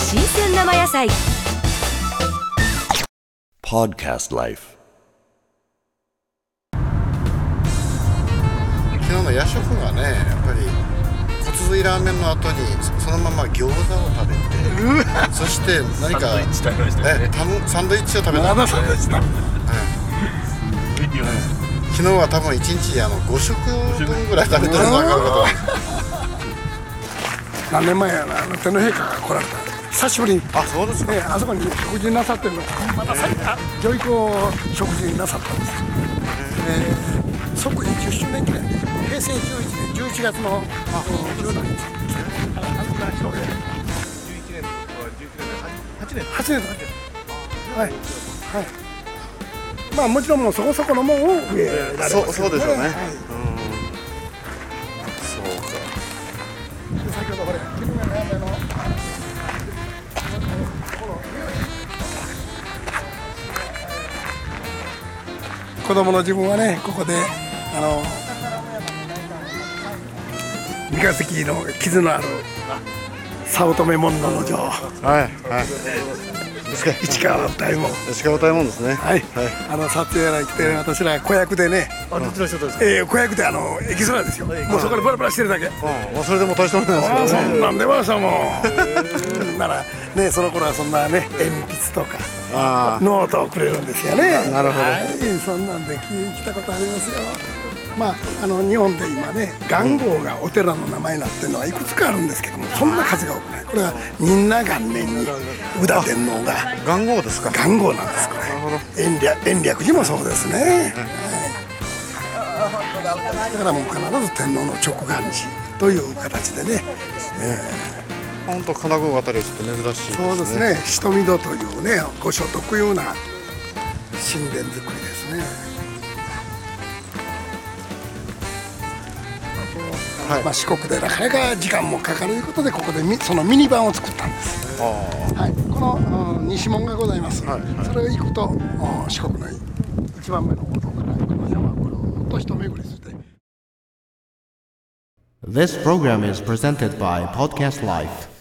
生野菜 Podcast Life. 昨日の夜食がねやっぱり骨髄ラーメンの後にそのまま餃子を食べてそして何かサンドイッチ食べましたよえねタムサンドイッチを食べまただサンドイッチだ昨日は多分一日あの5食分ぐらい食べてるのが分かること何年前やなあの天皇陛下が来られた久しぶりにあそうですねあそこに食事なさってるのまたさ上位校食事なさったんです、で即位10周年記念で平成11年11月の17日8年とかはいはいまあもちろんもうそこそこのもんを植えられますけどそうそうでしょうねはいそうかで先ほどこれ君がねあの子供の自分はねここであの三日月の傷のある早乙女門の城はいはい市川大門石川歌いもんですねはい、あの撮影やら来て私ら子役でねあ、どっちの人ですかえー、子役であのエキストラですよもうそこでバラバラしてるだけうんまあそれでも大したもんなんですけどああねそんなん出ましたもん ならねその頃はそんなね鉛筆とかあノートをくれるんですよねなるほどはいそんなんで聞来たことありますよまああの日本で今ね元号がお寺の名前になってるのはいくつかあるんですけどもそんな数が多くないこれは仁和元年に宇田天皇があ元号ですか元号なんですこれ延暦延暦寺もそうですね、はい、だからもう必ず天皇の直眼寺という形でね本当神奈川あたりはちょっと珍しいそうですね、瞳戸というね、御所特有な神殿作りですね。はいまあ、四国でなかなか時間もかかるということで、ここでみそのミニ版を作ったんです。はい、この、うん西門がございます。はいはいそれを行くと、うん四国の一番目の歩道から、この山をぐるっと一巡りして。 This program is presented by Podcast Life.